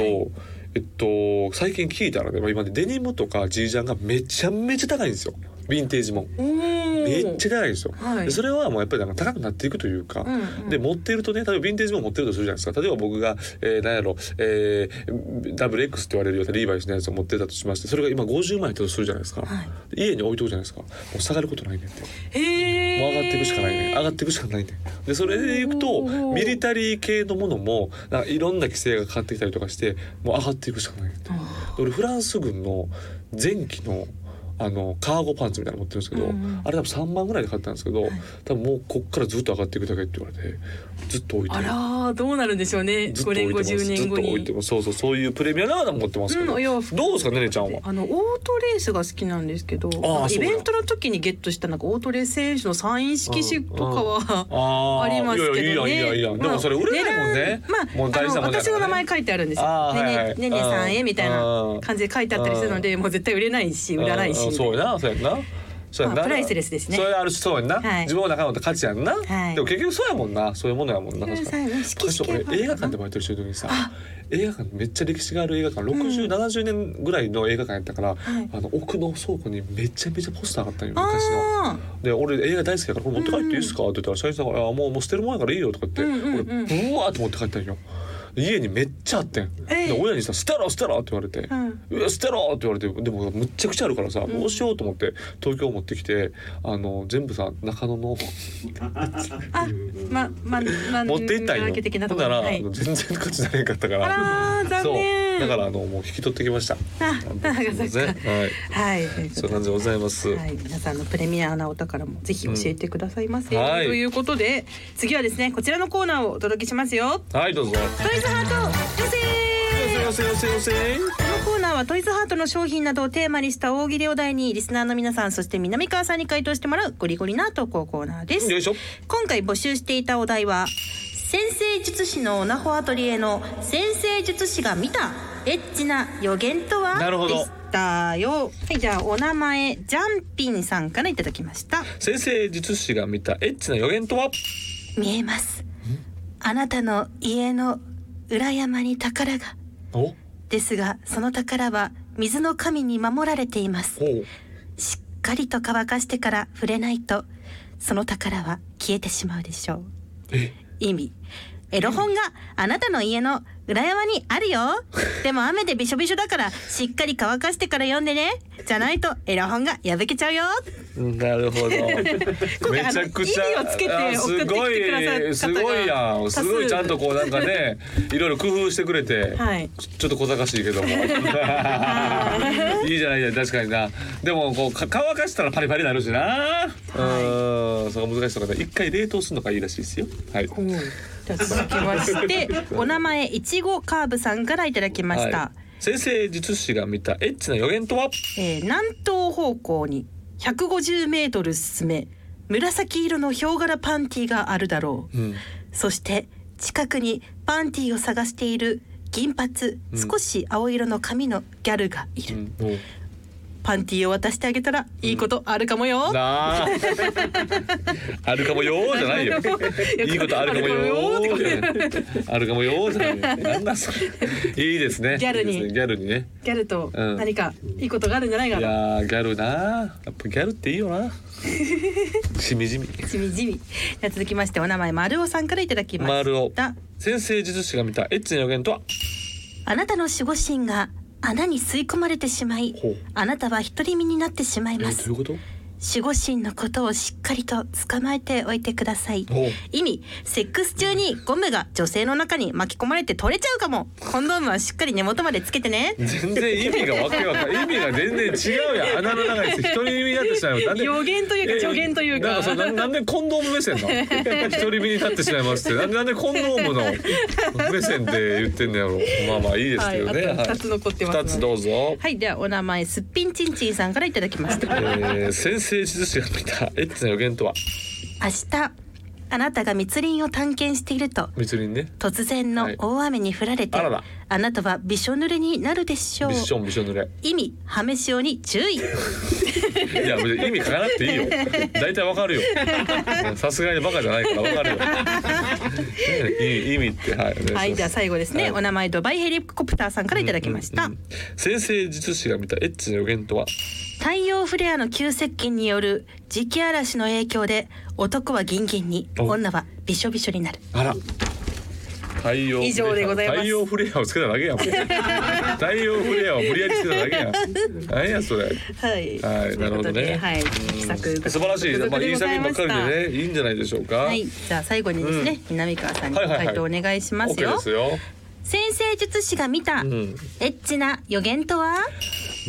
[SPEAKER 2] えっと最近聞いたらね、まあ、今ねデニムとかジージャンがめちゃめちゃ高いんですよヴィンテージも。
[SPEAKER 3] おー
[SPEAKER 2] めっちゃ高いんですよ、
[SPEAKER 3] はい
[SPEAKER 2] でそれはもうやっぱりなんか高くなっていくというか、
[SPEAKER 3] うんうん
[SPEAKER 2] で持っているとね例えばヴィンテージも持ってるとするじゃないですか例えば僕が、えー、何やろ、えー、WX って言われるようなリーバイスのやつを持ってたとしましてそれが今50万円だとするじゃないですか、
[SPEAKER 3] はい
[SPEAKER 2] で家に置いとくじゃないですかもう下がることないねんってもう
[SPEAKER 3] へー
[SPEAKER 2] 上がっていくしかないねん上がっていくしかないねんでそれでいくと
[SPEAKER 3] おー
[SPEAKER 2] ミリタリー系のものもなんかいろんな規制がかかってきたりとかしてもう上がっていくしかないねんって
[SPEAKER 3] あ
[SPEAKER 2] 俺フランス軍の前期のあのカーゴパンツみたいなの持ってるんですけど、
[SPEAKER 3] うんうん
[SPEAKER 2] あれ多分3万ぐらいで買ったんですけど、多分もうこっからずっと上がっていくだけって言われてずっと置いて
[SPEAKER 3] あらーどうなるんでしょうね
[SPEAKER 2] ずっ
[SPEAKER 3] 5
[SPEAKER 2] と置い
[SPEAKER 3] 年
[SPEAKER 2] て
[SPEAKER 3] 後
[SPEAKER 2] ます
[SPEAKER 3] 10
[SPEAKER 2] ず
[SPEAKER 3] 年
[SPEAKER 2] っと
[SPEAKER 3] 後
[SPEAKER 2] 置いて
[SPEAKER 3] に
[SPEAKER 2] ますそうそうそういうプレミアムなの持ってますけ
[SPEAKER 3] うん
[SPEAKER 2] ど、
[SPEAKER 3] お洋服
[SPEAKER 2] どうですかねねちゃんは
[SPEAKER 3] あのオートレースが好きなんですけどなんかイ
[SPEAKER 2] そうだ
[SPEAKER 3] ベントの時にゲットしたなんかオートレース選手のサイン色紙とかは
[SPEAKER 2] あー
[SPEAKER 3] (laughs) ありますけど
[SPEAKER 2] い
[SPEAKER 3] ね。
[SPEAKER 2] やいやいやいやでもそれ売れないもんね
[SPEAKER 3] まあ、
[SPEAKER 2] もう
[SPEAKER 3] まあ
[SPEAKER 2] 大
[SPEAKER 3] あ
[SPEAKER 2] 事な
[SPEAKER 3] の
[SPEAKER 2] もんだからね
[SPEAKER 3] 私の名前書いてあるんですよ。
[SPEAKER 2] あー
[SPEAKER 3] ね
[SPEAKER 2] はいはい
[SPEAKER 3] ねねねさんへみたいな感じで書いてあったりするので、もう絶対売れないし売らないし。
[SPEAKER 2] うんうんそうやなそうやなそうやんな
[SPEAKER 3] まあプライスレスですね
[SPEAKER 2] それあるしそうやんな、
[SPEAKER 3] はい
[SPEAKER 2] 自分の中の価値やんな、
[SPEAKER 3] はい
[SPEAKER 2] でも結局そうやもんなそういうものやもんな
[SPEAKER 3] うん
[SPEAKER 2] 確かに
[SPEAKER 3] そう色紙系
[SPEAKER 2] 確か俺映画
[SPEAKER 3] かな
[SPEAKER 2] 館でバイトしてる時にさ映画館めっちゃ歴史がある映画館6070、70年ぐらいの映画館やったから、
[SPEAKER 3] い
[SPEAKER 2] あの奥の倉庫にめちゃめちゃポスターがあったんよ昔の。
[SPEAKER 3] あ
[SPEAKER 2] で俺映画大好きだからこれ持って帰っていいですか?」って言ったら社員さんが「あもうもう捨てるもんやからいいよ」とか言って、
[SPEAKER 3] うんうんうん
[SPEAKER 2] 俺ブワーって持って帰ったんよ。で家にめっちゃあってん、
[SPEAKER 3] ええ
[SPEAKER 2] で親にさ「捨てろ捨てろ」って言われて
[SPEAKER 3] う
[SPEAKER 2] 「
[SPEAKER 3] ん
[SPEAKER 2] うわ捨てろ」って言われてでもむっちゃくちゃあるからさどうしようと思って東京持ってきてあの全部さ中野の
[SPEAKER 3] ーあままま
[SPEAKER 2] 持って行ったんよ
[SPEAKER 3] マーケ的な
[SPEAKER 2] ほ
[SPEAKER 3] と
[SPEAKER 2] ん
[SPEAKER 3] こ
[SPEAKER 2] なら、
[SPEAKER 3] はい
[SPEAKER 2] あの全然価値なれんかったから
[SPEAKER 3] あらー残念
[SPEAKER 2] そうだからあのもう引き取ってきました
[SPEAKER 3] あ
[SPEAKER 2] (laughs)
[SPEAKER 3] だからそっか
[SPEAKER 2] ねはい
[SPEAKER 3] はい
[SPEAKER 2] そんなんでございます
[SPEAKER 3] はい、皆さんのプレミアなお宝もぜひ教えてくださいませ、
[SPEAKER 2] うんはい
[SPEAKER 3] ということで次はですねこちらのコーナーをお届けしますよ
[SPEAKER 2] はいどうぞ
[SPEAKER 3] トイズハート寄せ
[SPEAKER 2] よせよせよせよせ
[SPEAKER 3] このコーナーはトイズハートの商品などをテーマにした大喜利を題にリスナーの皆さんそして南川さんに回答してもらうゴリゴリな投稿コーナーです
[SPEAKER 2] よいしょ
[SPEAKER 3] 今回募集していたお題は先生術師のオナホアトリエの先生術師が見たエッチな予言とは
[SPEAKER 2] なるほど
[SPEAKER 3] でしたよはいじゃあお名前ジャンピンさんからいただきました
[SPEAKER 2] 先生術師が見たエッチな予言とは
[SPEAKER 1] 見えますあなたの家の裏山に宝が
[SPEAKER 2] おほ
[SPEAKER 1] ですがその宝は水の神に守られています
[SPEAKER 2] う
[SPEAKER 1] しっかりと乾かしてから触れないとその宝は消えてしまうでしょう
[SPEAKER 2] え
[SPEAKER 1] 意味エロ本があなたの家の裏山にあるよでも雨でびしょびしょだからしっかり乾かしてから読んでねじゃないとエロ本が破けちゃうよ
[SPEAKER 2] なる (laughs) ほど
[SPEAKER 3] 回あの意味をつけて
[SPEAKER 2] あ
[SPEAKER 3] 送ってきてくださった方が
[SPEAKER 2] すごいすごいやんすごいちゃんとこうなんか
[SPEAKER 3] (laughs)
[SPEAKER 2] ねいろいろ工夫してくれて、
[SPEAKER 3] はい
[SPEAKER 2] ちちょっと小賢しいけどもいいじゃ (laughs) ないじゃない確かになでもこうか乾かしたらパリパリになるしな、うんそこ難しいとかで一回冷凍するのがいいらしいですよはい
[SPEAKER 3] じゃあ続きましてお名前いちごカーブさんからいただきました、
[SPEAKER 2] はい、先生術師が見たエッチな予言とは
[SPEAKER 3] えー南東方向に150メートル進め紫色のヒョウ柄パンティがあるだろう、
[SPEAKER 2] うん
[SPEAKER 1] そして近くにパンティを探している銀髪少し青色の髪のギャルがいる、
[SPEAKER 2] うんおう
[SPEAKER 3] パンティを渡してあげたらいいことあるかもよ、
[SPEAKER 2] なあ。あるかもよーじゃないよ。いいことあるかもよー。あるかもよーじゃないよ。なんだそれ。いいですね。
[SPEAKER 3] ギャルに
[SPEAKER 2] いいですねギャルにね。
[SPEAKER 3] ギャルと
[SPEAKER 2] うん
[SPEAKER 3] 何かいいことがあるんじゃないか
[SPEAKER 2] い
[SPEAKER 3] な、
[SPEAKER 2] やーギャルなあ。やっぱギャルっていいよな。しみじみ。
[SPEAKER 3] しみじみじゃあ続きましてお名前丸尾さんからいただきました
[SPEAKER 2] 丸尾先生術師が見たエッチな予言とは。
[SPEAKER 1] あなたの守護神が穴に吸い込まれてしまい
[SPEAKER 2] ほう
[SPEAKER 1] あなたは独り身になってしまい
[SPEAKER 2] え
[SPEAKER 1] ま
[SPEAKER 2] ー
[SPEAKER 1] す
[SPEAKER 2] どういうこと？
[SPEAKER 1] 守護神のことをしっかりと捕まえておいてください
[SPEAKER 2] おう
[SPEAKER 1] 意味セックス中にゴムが女性の中に巻き込まれて取れちゃうかもコンドームはしっかり根元までつけてね
[SPEAKER 2] (laughs) 全然意味がわけわかんない。意味が全然違う
[SPEAKER 3] (laughs)
[SPEAKER 2] やん。穴の中に一人身になってしまう。なんで
[SPEAKER 3] 予言というか助言というか
[SPEAKER 2] えーなんかそうなんなんでコンドーム目線な
[SPEAKER 3] (laughs)
[SPEAKER 2] の。一人身になってしまいますって。なんでなんでコンドームの目線で言ってんのやろ。まあまあいいですけどね。
[SPEAKER 3] はいあと
[SPEAKER 2] はい
[SPEAKER 3] 二つ残ってます
[SPEAKER 2] 二つどうぞ。
[SPEAKER 3] はいではお名前すっぴんちんちんさんからいただきました
[SPEAKER 2] えー、先生術師が見たエッチな予言とは
[SPEAKER 1] 明日あなたが密林を探検していると
[SPEAKER 2] 密林ね。
[SPEAKER 1] 突然の大雨に降られて、
[SPEAKER 2] はいあらら
[SPEAKER 1] あなたはびしょ濡れになるでしょう
[SPEAKER 2] びっしょんびっしょ濡れ。
[SPEAKER 1] 意味ハメ潮に注意
[SPEAKER 2] いや別に意味書かなくていいよ。大体わかる
[SPEAKER 3] (laughs)
[SPEAKER 2] よ。さすがにバカじゃないからわかるよ。ね意味意味ってはい。お願いします
[SPEAKER 3] はいじゃあ最後ですね、
[SPEAKER 2] はい
[SPEAKER 3] お名前ドバイヘリコプターさんからいただきました、
[SPEAKER 2] うんうん先生術師が見たエッチな予言とは
[SPEAKER 1] 太陽フレアの急接近による磁気嵐の影響で男はギンギンに
[SPEAKER 2] お
[SPEAKER 1] 女はびしょびしょになる
[SPEAKER 2] あら太陽
[SPEAKER 3] 以上でございます
[SPEAKER 2] 太陽フレアをつけただけ
[SPEAKER 3] (laughs)
[SPEAKER 2] やもん太陽フレアを無理やりつけただけや何やそれ
[SPEAKER 3] はい、
[SPEAKER 2] はい
[SPEAKER 3] とうことで
[SPEAKER 2] なるほどね
[SPEAKER 3] はい、秘策
[SPEAKER 2] 素晴らしい、まあ、いい作品ばっかりでねいいんじゃないでしょうか
[SPEAKER 3] はい、じゃあ最後にですね、南川さんに
[SPEAKER 2] はいはいはい
[SPEAKER 3] 回答お願いします
[SPEAKER 2] OK
[SPEAKER 3] よ。
[SPEAKER 2] ですよ、
[SPEAKER 1] 先生術師が見た、
[SPEAKER 2] うん、
[SPEAKER 1] エッチな予言とは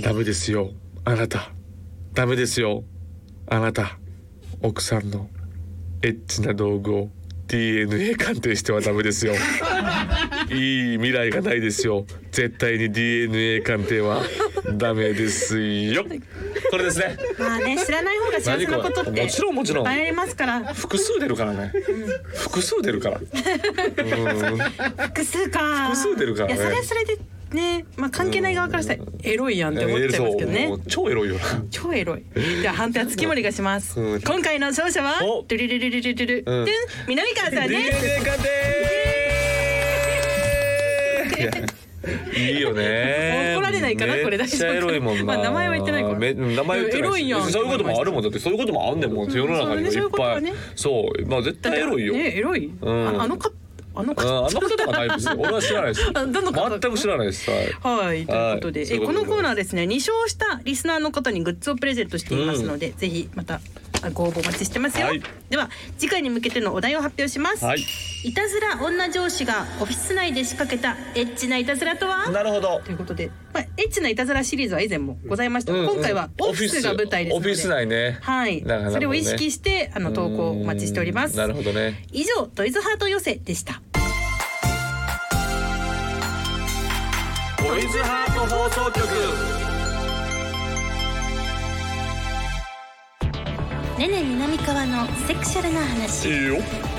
[SPEAKER 2] ダメですよあなたダメですよあなた奥さんのエッチな道具を DNA 鑑定してはダメ (laughs) ですよいい未来がないですよ絶対に DNA 鑑定はダメですよこれですね
[SPEAKER 3] まあね、知らない方が幸せなことって
[SPEAKER 2] 何これもちろんもちろん
[SPEAKER 3] いっぱいありますから、
[SPEAKER 2] 複数出るからね
[SPEAKER 3] (laughs)
[SPEAKER 2] 複数出るからうん
[SPEAKER 3] 複数か。
[SPEAKER 2] 複数出るからね
[SPEAKER 3] いや、それはそれでねまあ関係ない側からしたらエロいやんって思っちゃいますけどね
[SPEAKER 2] もう超エロいよな。
[SPEAKER 3] 超エロいじゃあ判定は月森がします
[SPEAKER 2] うん
[SPEAKER 3] 今回の勝者は
[SPEAKER 2] お
[SPEAKER 3] ドゥルルルルルルル
[SPEAKER 2] うん
[SPEAKER 3] ドゥン南川さんです
[SPEAKER 2] DNA 鑑定いいよね
[SPEAKER 3] 怒られないかなこれ
[SPEAKER 2] めっちゃ
[SPEAKER 3] 大丈
[SPEAKER 2] エ
[SPEAKER 3] 夫
[SPEAKER 2] ロいもんな、
[SPEAKER 3] まあ名前は言ってないから
[SPEAKER 2] め名前は言ってないし
[SPEAKER 3] エロいやん
[SPEAKER 2] そういうこともあるもんだってそういうこともあんねんもん世の中にはいっぱい、そうまあ絶対エロいよ、
[SPEAKER 3] ねエロい
[SPEAKER 2] ん
[SPEAKER 3] あのあのかあ
[SPEAKER 2] う
[SPEAKER 3] の
[SPEAKER 2] ん、
[SPEAKER 3] か
[SPEAKER 2] あんなことはないです俺は知らないです
[SPEAKER 3] あどの方
[SPEAKER 2] 全く知らないですはい
[SPEAKER 3] はいということで、
[SPEAKER 2] はい
[SPEAKER 3] え
[SPEAKER 2] そういう
[SPEAKER 3] こ
[SPEAKER 2] ことで
[SPEAKER 3] のコーナーはですね2勝したリスナーの方にグッズをプレゼントしていますので、ぜひまたあご応募お待ちしてますよ、
[SPEAKER 2] はい
[SPEAKER 3] では次回に向けてのお題を発表します、、
[SPEAKER 2] はいい
[SPEAKER 3] たずら女上司がオフィス内で仕掛けたエッチないたずらとは
[SPEAKER 2] なるほど
[SPEAKER 3] ということで、まあ、エッチないたずらシリーズは以前もございましたが、
[SPEAKER 2] うん
[SPEAKER 3] 今回はオフィスが舞台です
[SPEAKER 2] オ
[SPEAKER 3] の
[SPEAKER 2] フ
[SPEAKER 3] で
[SPEAKER 2] ィス内ね
[SPEAKER 3] はい、
[SPEAKER 2] なるほどね
[SPEAKER 3] それを意識してあの投稿お待ちしております
[SPEAKER 2] なるほどね
[SPEAKER 3] 以上トイズハート寄せでした
[SPEAKER 2] トイズハート放送局
[SPEAKER 1] ねね南川のセクシャルな話
[SPEAKER 2] いいよ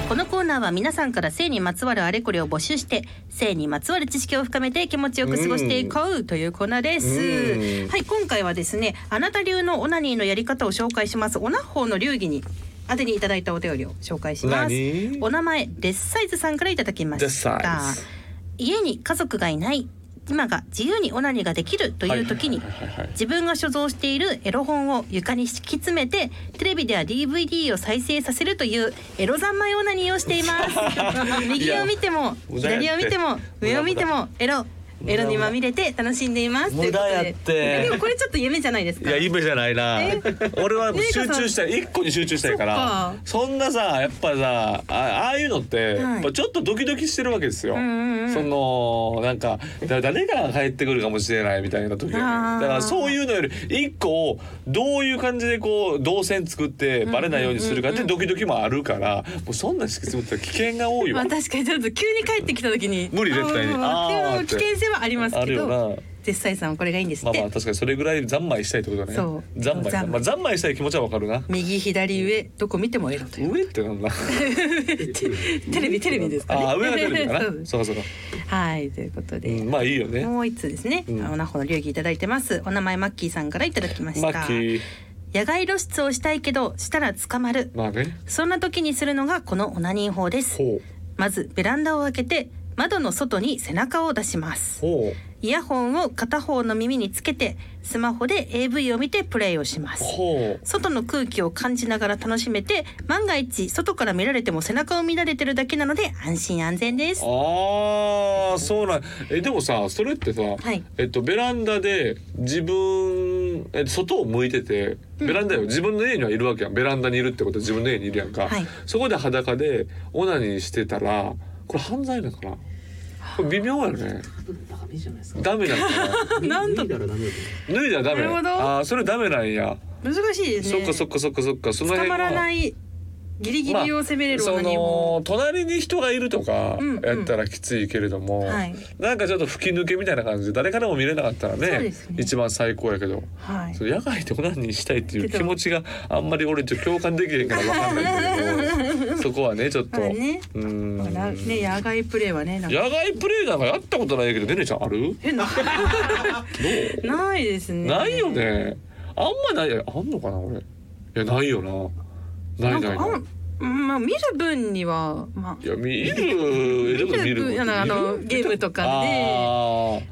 [SPEAKER 3] このコーナーは皆さんから性にまつわるあれこれを募集して性にまつわる知識を深めて気持ちよく過ごしていこうというコーナーです。
[SPEAKER 2] うん
[SPEAKER 3] はい今回はですねあなた流のオナニーのやり方を紹介しますオナホーの流儀に宛てにいただいたお便りを紹介します
[SPEAKER 2] 何。
[SPEAKER 3] お名前デッサイズさんからいただきま
[SPEAKER 2] デ
[SPEAKER 3] し
[SPEAKER 2] ッ
[SPEAKER 3] た
[SPEAKER 2] サイズ。
[SPEAKER 3] 家に家族がいない今が自由にオナニーができるという時に
[SPEAKER 2] はいはいはいはいはい
[SPEAKER 3] 自分が所蔵しているエロ本を床に敷き詰めてテレビでは DVD を再生させるというエロ三昧オナニーをしています
[SPEAKER 2] (laughs)
[SPEAKER 3] 右を見ても
[SPEAKER 2] 無駄やって
[SPEAKER 3] 左を見ても上を見てもエロエロにまみれて楽しんでいます
[SPEAKER 2] 無駄やって
[SPEAKER 3] ということででもこれちょっと夢じゃないです
[SPEAKER 2] い
[SPEAKER 3] か
[SPEAKER 2] や夢じゃないな
[SPEAKER 3] え
[SPEAKER 2] (laughs) 俺はもう集中したい一個に集中したいからそんなさやっぱさあああいうのって、
[SPEAKER 3] はい
[SPEAKER 2] やっぱちょっとドキドキしてるわけですよ、
[SPEAKER 3] んうんうん
[SPEAKER 2] そのなんかだ誰が帰ってくるかもしれないみたいな時は
[SPEAKER 3] あー
[SPEAKER 2] ねだからそういうのより一個をどういう感じでこう動線作ってバレないようにするかってドキドキもあるからもうそんな敷き詰めてたら危険が多い
[SPEAKER 3] ま
[SPEAKER 2] わ
[SPEAKER 3] あ確かにちょっと急に帰ってきた時に
[SPEAKER 2] 無理絶対に
[SPEAKER 3] あーっていうの
[SPEAKER 2] あー
[SPEAKER 3] も危険性はあります
[SPEAKER 2] あ
[SPEAKER 3] け
[SPEAKER 2] るよ
[SPEAKER 3] ど
[SPEAKER 2] な
[SPEAKER 3] 絶賛さんはこれがいいんです
[SPEAKER 2] ま
[SPEAKER 3] っ
[SPEAKER 2] あまあ
[SPEAKER 3] て
[SPEAKER 2] 確かにそれぐらい残枚したいってことだね
[SPEAKER 3] そう
[SPEAKER 2] 残昧だ
[SPEAKER 3] 残
[SPEAKER 2] まあ
[SPEAKER 3] 枚
[SPEAKER 2] 残枚したい気持ちはわかるな
[SPEAKER 3] 右左上どこ見てもエロという
[SPEAKER 2] 上ってなんだ (laughs)
[SPEAKER 3] テレビテレビですかね。
[SPEAKER 2] あー上が出るか
[SPEAKER 3] (laughs) そ
[SPEAKER 2] な
[SPEAKER 3] うで
[SPEAKER 2] (laughs)
[SPEAKER 3] す
[SPEAKER 2] そうかそうか
[SPEAKER 3] はいということ
[SPEAKER 2] う
[SPEAKER 3] で、
[SPEAKER 2] んまあいいよね
[SPEAKER 3] もう一つですね。
[SPEAKER 2] うん
[SPEAKER 3] おなほの流儀いただいてます。お名前マッキーさんからいただきまし
[SPEAKER 2] マ
[SPEAKER 3] た
[SPEAKER 2] ッキ。ー
[SPEAKER 3] 野外露出をしたいけどしたら捕まる。
[SPEAKER 2] まあね
[SPEAKER 3] そんな時にするのがこのオナニー法です。
[SPEAKER 2] ほう
[SPEAKER 3] まずベランダを開けて窓の外に背中を出します。
[SPEAKER 2] ほ
[SPEAKER 3] イヤホンを片方の耳につけてスマホで AV を見てプレイをしま
[SPEAKER 2] う
[SPEAKER 3] す。
[SPEAKER 2] ほう
[SPEAKER 3] 外の空気を感じながら楽しめて万が一外から見られても背中を見られてるだけなので安心安全です
[SPEAKER 2] あーそうなんえでもさそれってさ、
[SPEAKER 3] い
[SPEAKER 2] えっと、ベランダで自分え外を向いててベランダよ自分の家にはいるわけやんベランダにいるってことは自分の家にいるやんか、
[SPEAKER 3] はい
[SPEAKER 2] そこで裸でオナニーしてたらこれ犯罪なのかなこれ微妙やね
[SPEAKER 4] ダメじゃないですか。
[SPEAKER 2] ダメなの
[SPEAKER 3] (laughs)
[SPEAKER 2] かな
[SPEAKER 3] なんと
[SPEAKER 4] 脱いだらダメだと
[SPEAKER 2] 脱いだらダメ
[SPEAKER 3] なるほど
[SPEAKER 2] ああそれダメなんや、
[SPEAKER 3] 難しいですね
[SPEAKER 2] そっかそっかそっかそっかその
[SPEAKER 3] 捕
[SPEAKER 2] 辺
[SPEAKER 3] ま
[SPEAKER 2] は
[SPEAKER 3] らないギリギリを攻めれる
[SPEAKER 2] そ
[SPEAKER 3] 女にも、
[SPEAKER 2] の隣に人がいるとか
[SPEAKER 3] うんうん
[SPEAKER 2] やったらきついけれども、
[SPEAKER 3] はい
[SPEAKER 2] なんかちょっと吹き抜けみたいな感じで誰からも見れなかったら
[SPEAKER 3] そう
[SPEAKER 2] ね
[SPEAKER 3] ですね
[SPEAKER 2] 一番最高やけど、
[SPEAKER 3] はい
[SPEAKER 2] その野外でオナニーしたいってい
[SPEAKER 3] け
[SPEAKER 2] う
[SPEAKER 3] ど
[SPEAKER 2] 気持ちがあんまり俺ちょっと共感できへんから分かんないんだけどそこはねちょっと、
[SPEAKER 3] まあね
[SPEAKER 2] うーん
[SPEAKER 3] まあなね野外プレイはねなんか
[SPEAKER 2] 野外プレイなんかやったことないけどねねちゃんある
[SPEAKER 3] えなないですね
[SPEAKER 2] ないよねあんまないあんのかな俺いやないよなな
[SPEAKER 3] ないんか
[SPEAKER 2] ないな
[SPEAKER 3] あ
[SPEAKER 2] い
[SPEAKER 3] んまあ見る分にはま
[SPEAKER 2] いや見るでも見る
[SPEAKER 3] 分あのあのゲームとかで
[SPEAKER 2] あー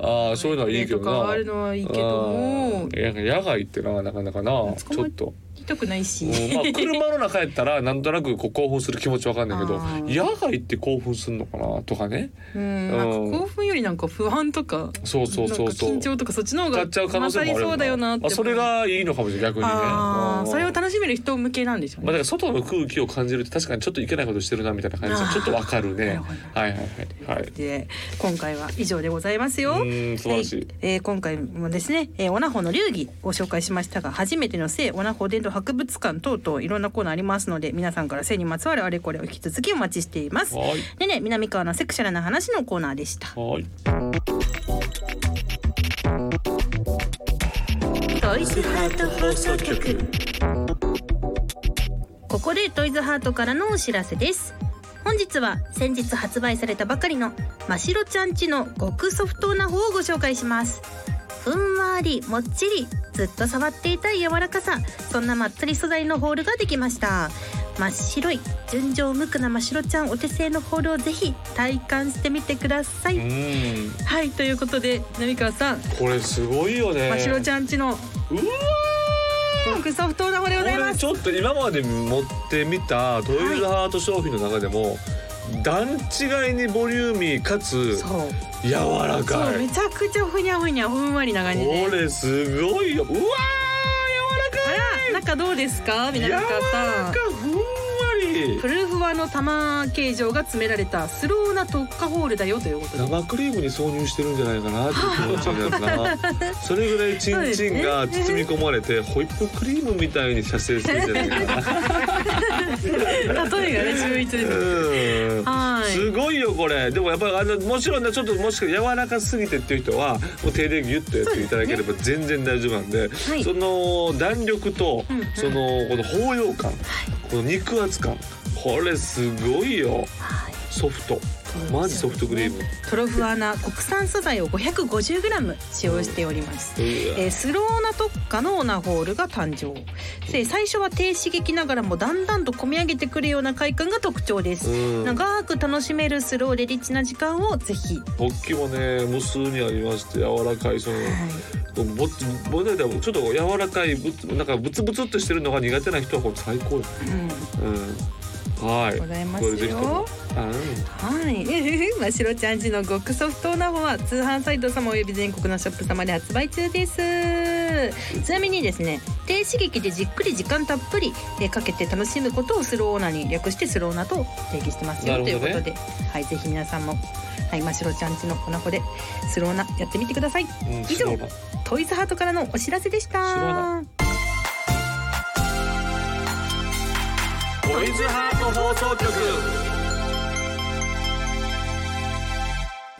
[SPEAKER 2] あーそういうのはいいけど
[SPEAKER 3] プレイとか
[SPEAKER 2] な。
[SPEAKER 3] あるのはいいけども
[SPEAKER 2] うんいや野外ってななかなかな
[SPEAKER 3] 捕
[SPEAKER 2] ちょ
[SPEAKER 3] ま
[SPEAKER 2] っ
[SPEAKER 3] え
[SPEAKER 2] と。
[SPEAKER 3] 痛くないし、
[SPEAKER 2] うんまあ車の中やったらなんとなくこう興奮する気持ちわかんないけど
[SPEAKER 3] あー
[SPEAKER 2] 野外って興奮するのかなとかね
[SPEAKER 3] うんなんか
[SPEAKER 2] うん
[SPEAKER 3] 興奮よりなんか不安とか
[SPEAKER 2] そうそうそうそ
[SPEAKER 3] な
[SPEAKER 2] うん
[SPEAKER 3] か緊張とかそっちの方
[SPEAKER 2] 買
[SPEAKER 3] が
[SPEAKER 2] っちゃう可能性もある
[SPEAKER 3] 勝り
[SPEAKER 2] よ
[SPEAKER 3] そうだよなって
[SPEAKER 2] まあ、それがいいのかもしれない逆にね
[SPEAKER 3] あ
[SPEAKER 2] う
[SPEAKER 3] あ
[SPEAKER 2] ん
[SPEAKER 3] それを楽しめる人向けなんでしょう
[SPEAKER 2] まあ、だか
[SPEAKER 3] ね
[SPEAKER 2] ら外の空気を感じるって確かにちょっといけないことしてるなみたいな感じ
[SPEAKER 3] あ
[SPEAKER 2] で
[SPEAKER 3] ー
[SPEAKER 2] ちょっとわかる
[SPEAKER 3] なる
[SPEAKER 2] ね
[SPEAKER 3] ほ
[SPEAKER 2] はいはいはいはい
[SPEAKER 3] で今回は以上でございますよ
[SPEAKER 2] うーん素晴らしい
[SPEAKER 3] はいえー今回もですね、えー、オナホの流儀を紹介しましたが初めての性オナホ伝統博物館等々いろんなコーナーありますので皆さんから性にまつわるあれこれを引き続きお待ちしています
[SPEAKER 2] は
[SPEAKER 3] ねね南川のセクシャルな話のコーナーでした
[SPEAKER 2] はい
[SPEAKER 1] トイズハート放送局
[SPEAKER 3] ここでトイズハートからのお知らせです本日は先日発売されたばかりのましろちゃんちの極ソフトな方をご紹介しますふんわりもっちりずっと触っていたい柔らかさそんなまったり素材のホールができました真っ白い純情無垢なましろちゃんお手製のホールをぜひ体感してみてください、
[SPEAKER 2] うん
[SPEAKER 3] はいということで浪川さん
[SPEAKER 2] これすごいよね
[SPEAKER 3] ましろちゃんちの
[SPEAKER 2] うわ
[SPEAKER 3] 極ソフトな方でござい
[SPEAKER 2] こ
[SPEAKER 3] ま
[SPEAKER 2] れ
[SPEAKER 3] す
[SPEAKER 2] ちょっと今まで持ってみたトイルズハート商品の中でも、段違いにボリューミーかつ
[SPEAKER 3] そう
[SPEAKER 2] 柔ら
[SPEAKER 3] そ
[SPEAKER 2] か
[SPEAKER 3] う
[SPEAKER 2] い
[SPEAKER 3] めちゃくちゃふにゃふにゃふんわりな感じで
[SPEAKER 2] これすごいようわー柔
[SPEAKER 3] あ
[SPEAKER 2] らかい
[SPEAKER 3] ら中どうですか南
[SPEAKER 2] 柔ら
[SPEAKER 3] 川さ
[SPEAKER 2] か
[SPEAKER 3] ん
[SPEAKER 2] ふんわり
[SPEAKER 3] プルフワの玉形状が詰められたスローな特化ホールだよということで
[SPEAKER 2] 生クリームに挿入してるんじゃないかなっていう気持ちにな
[SPEAKER 3] (laughs)
[SPEAKER 2] るなそれぐらいチンチンが包み込まれてホイップクリームみたいに射精してるんじゃないかな
[SPEAKER 3] 例えがね秀逸です
[SPEAKER 2] うん
[SPEAKER 3] はい
[SPEAKER 2] すごいよこれでもやっぱりあのもちろんねちょっともしか柔らかすぎてっていう人はもう手でギュッとやっていただければ全然大丈夫なんでそ
[SPEAKER 3] はい
[SPEAKER 2] の弾力と、
[SPEAKER 3] うんうん
[SPEAKER 2] そのこの包容感、この肉厚感これすごいよソフトマジソフトクリーム、
[SPEAKER 3] プルフワな国産素材を 550g 使用しております
[SPEAKER 2] うわ
[SPEAKER 3] えースローな特化のオナホールが誕生で最初は低刺激ながらもだんだんと込み上げてくるような快感が特徴です
[SPEAKER 2] うん
[SPEAKER 3] 長く楽しめるスローでリッチな時間をぜひ、
[SPEAKER 2] 突起もね無数にありまして柔らかいそのぼぼだいたいちょっと柔らかいぶつなんかブツブツっとしてるのが苦手な人はこれ最高よ、
[SPEAKER 3] うん
[SPEAKER 2] うん、はい
[SPEAKER 3] ございます
[SPEAKER 2] これぜひとも
[SPEAKER 3] よ
[SPEAKER 2] あうん
[SPEAKER 3] はい、 (laughs) ましろちゃんちの極ソフトナボは通販サイト様および全国のショップ様で発売中ですちなみにですね低刺激でじっくり時間たっぷりえーかけて楽しむことをスローナに略してスローナと定義してますよ、
[SPEAKER 2] な
[SPEAKER 3] とい
[SPEAKER 2] る
[SPEAKER 3] う
[SPEAKER 2] ほ
[SPEAKER 3] こ
[SPEAKER 2] どね
[SPEAKER 3] とで、はい、ぜひ皆さんも、はい、ましろちゃんちのオナホでスローナやってみてください
[SPEAKER 2] うん
[SPEAKER 3] 以上
[SPEAKER 2] そうだ
[SPEAKER 3] トイズハートからのお知らせでした
[SPEAKER 2] スローナトイズハート放送局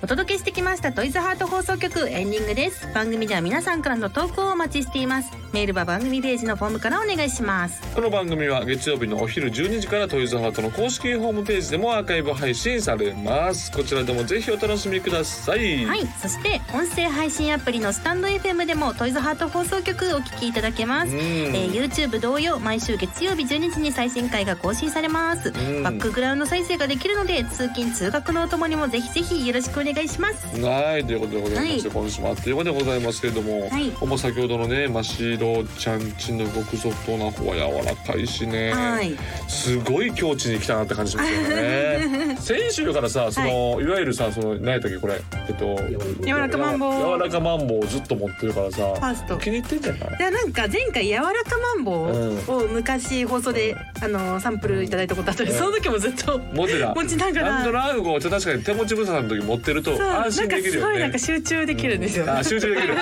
[SPEAKER 3] お届けしてきましたトイズハート放送局エンディングです番組では皆さんからの投稿をお待ちしていますメールは番組ページのフォームからお願いします
[SPEAKER 2] この番組は月曜日のお昼12時からトイズハートの公式ホームページでもアーカイブ配信されますこちらでもぜひお楽しみください
[SPEAKER 3] はいそして音声配信アプリのスタンド FM でもトイズハート放送局お聞きいただけます、
[SPEAKER 2] うん
[SPEAKER 3] えー YouTube 同様毎週月曜日12時に最新回が更新されます、
[SPEAKER 2] ん
[SPEAKER 3] バックグラウンド再生ができるので通勤通学のお供にもぜひぜひよろしくお願いします
[SPEAKER 2] はい、ということでございまして、今週もあっという間でございますけれども、
[SPEAKER 3] はい
[SPEAKER 2] ほんま先ほどのね、マシロちゃんちの極ソフトな方は柔らかいしね、
[SPEAKER 3] はい
[SPEAKER 2] すごい境地に来たなって感じしますよね。先週からさ、その、い、わゆるさ、その何やったっけこれ、えっと
[SPEAKER 3] 柔らかマンボウ
[SPEAKER 2] 柔らかマンボウをずっと持ってるから
[SPEAKER 3] ファ
[SPEAKER 2] さ、
[SPEAKER 3] ースト
[SPEAKER 2] 気に入ってんじゃない？
[SPEAKER 3] いやなんか前回柔らかマンボウを昔放送で、あのサンプルいただいたことあったり、
[SPEAKER 2] うん
[SPEAKER 3] その時もずっと
[SPEAKER 2] 持ってた。
[SPEAKER 3] 持ちながら
[SPEAKER 2] なんとなくこう確かに手持ち無沙汰の時持ってると
[SPEAKER 3] そうなんか
[SPEAKER 2] 安
[SPEAKER 3] す
[SPEAKER 2] 心できるよ
[SPEAKER 3] ごいなん
[SPEAKER 2] ね
[SPEAKER 3] か。集中できるんですよ、
[SPEAKER 2] あ、集中
[SPEAKER 3] (laughs)
[SPEAKER 2] できる。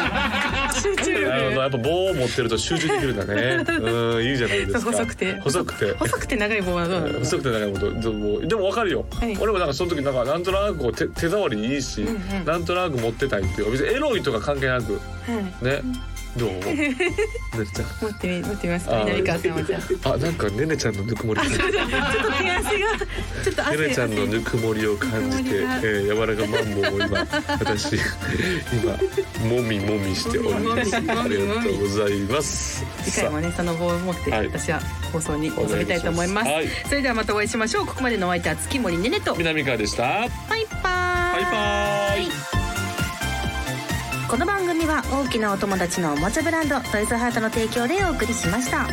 [SPEAKER 3] 集中
[SPEAKER 2] なるほどや
[SPEAKER 3] 力
[SPEAKER 2] っぱ棒を持ってると集中できる
[SPEAKER 3] (laughs)
[SPEAKER 2] んだねうんいいじゃないですか
[SPEAKER 3] そう細くて
[SPEAKER 2] 細くて
[SPEAKER 3] 細くて長い棒はどうなの
[SPEAKER 2] 細くて長いことでもでも分かるよ、
[SPEAKER 3] はい
[SPEAKER 2] 俺もなんかその時なんかなんとなくこう手手触りいいし、
[SPEAKER 3] んうん
[SPEAKER 2] なんとなく持ってたいっていう別にエロいとか関係なく
[SPEAKER 3] はい
[SPEAKER 2] ね
[SPEAKER 3] (laughs)
[SPEAKER 2] どうねねち
[SPEAKER 3] 持ってみ持ってみます
[SPEAKER 2] あ
[SPEAKER 3] か南川さんはじゃあちょ
[SPEAKER 2] ゃんあなんかねねちゃんのぬ
[SPEAKER 3] (laughs)
[SPEAKER 2] くもり
[SPEAKER 3] っと手足がちょっと
[SPEAKER 2] ね
[SPEAKER 3] 汗
[SPEAKER 2] ねちゃんのぬくもりを感じて、え
[SPEAKER 3] ぬくもりが
[SPEAKER 2] ー、柔らかマンボウを今私 (laughs) 今もみもみしております
[SPEAKER 3] もみもみ
[SPEAKER 2] ありがとうございます
[SPEAKER 3] 次回もねその棒を持って
[SPEAKER 2] はい
[SPEAKER 3] 私は放送に臨みたいと思います,、
[SPEAKER 2] お願いします
[SPEAKER 3] それではまたお会いしましょうここまでのお相手は月森ねねとバイ
[SPEAKER 2] 南川でした
[SPEAKER 3] バ
[SPEAKER 2] バイバーイ
[SPEAKER 3] この番組は大きなお友達のおもちゃブランドトイズハートの提供でお送りしました。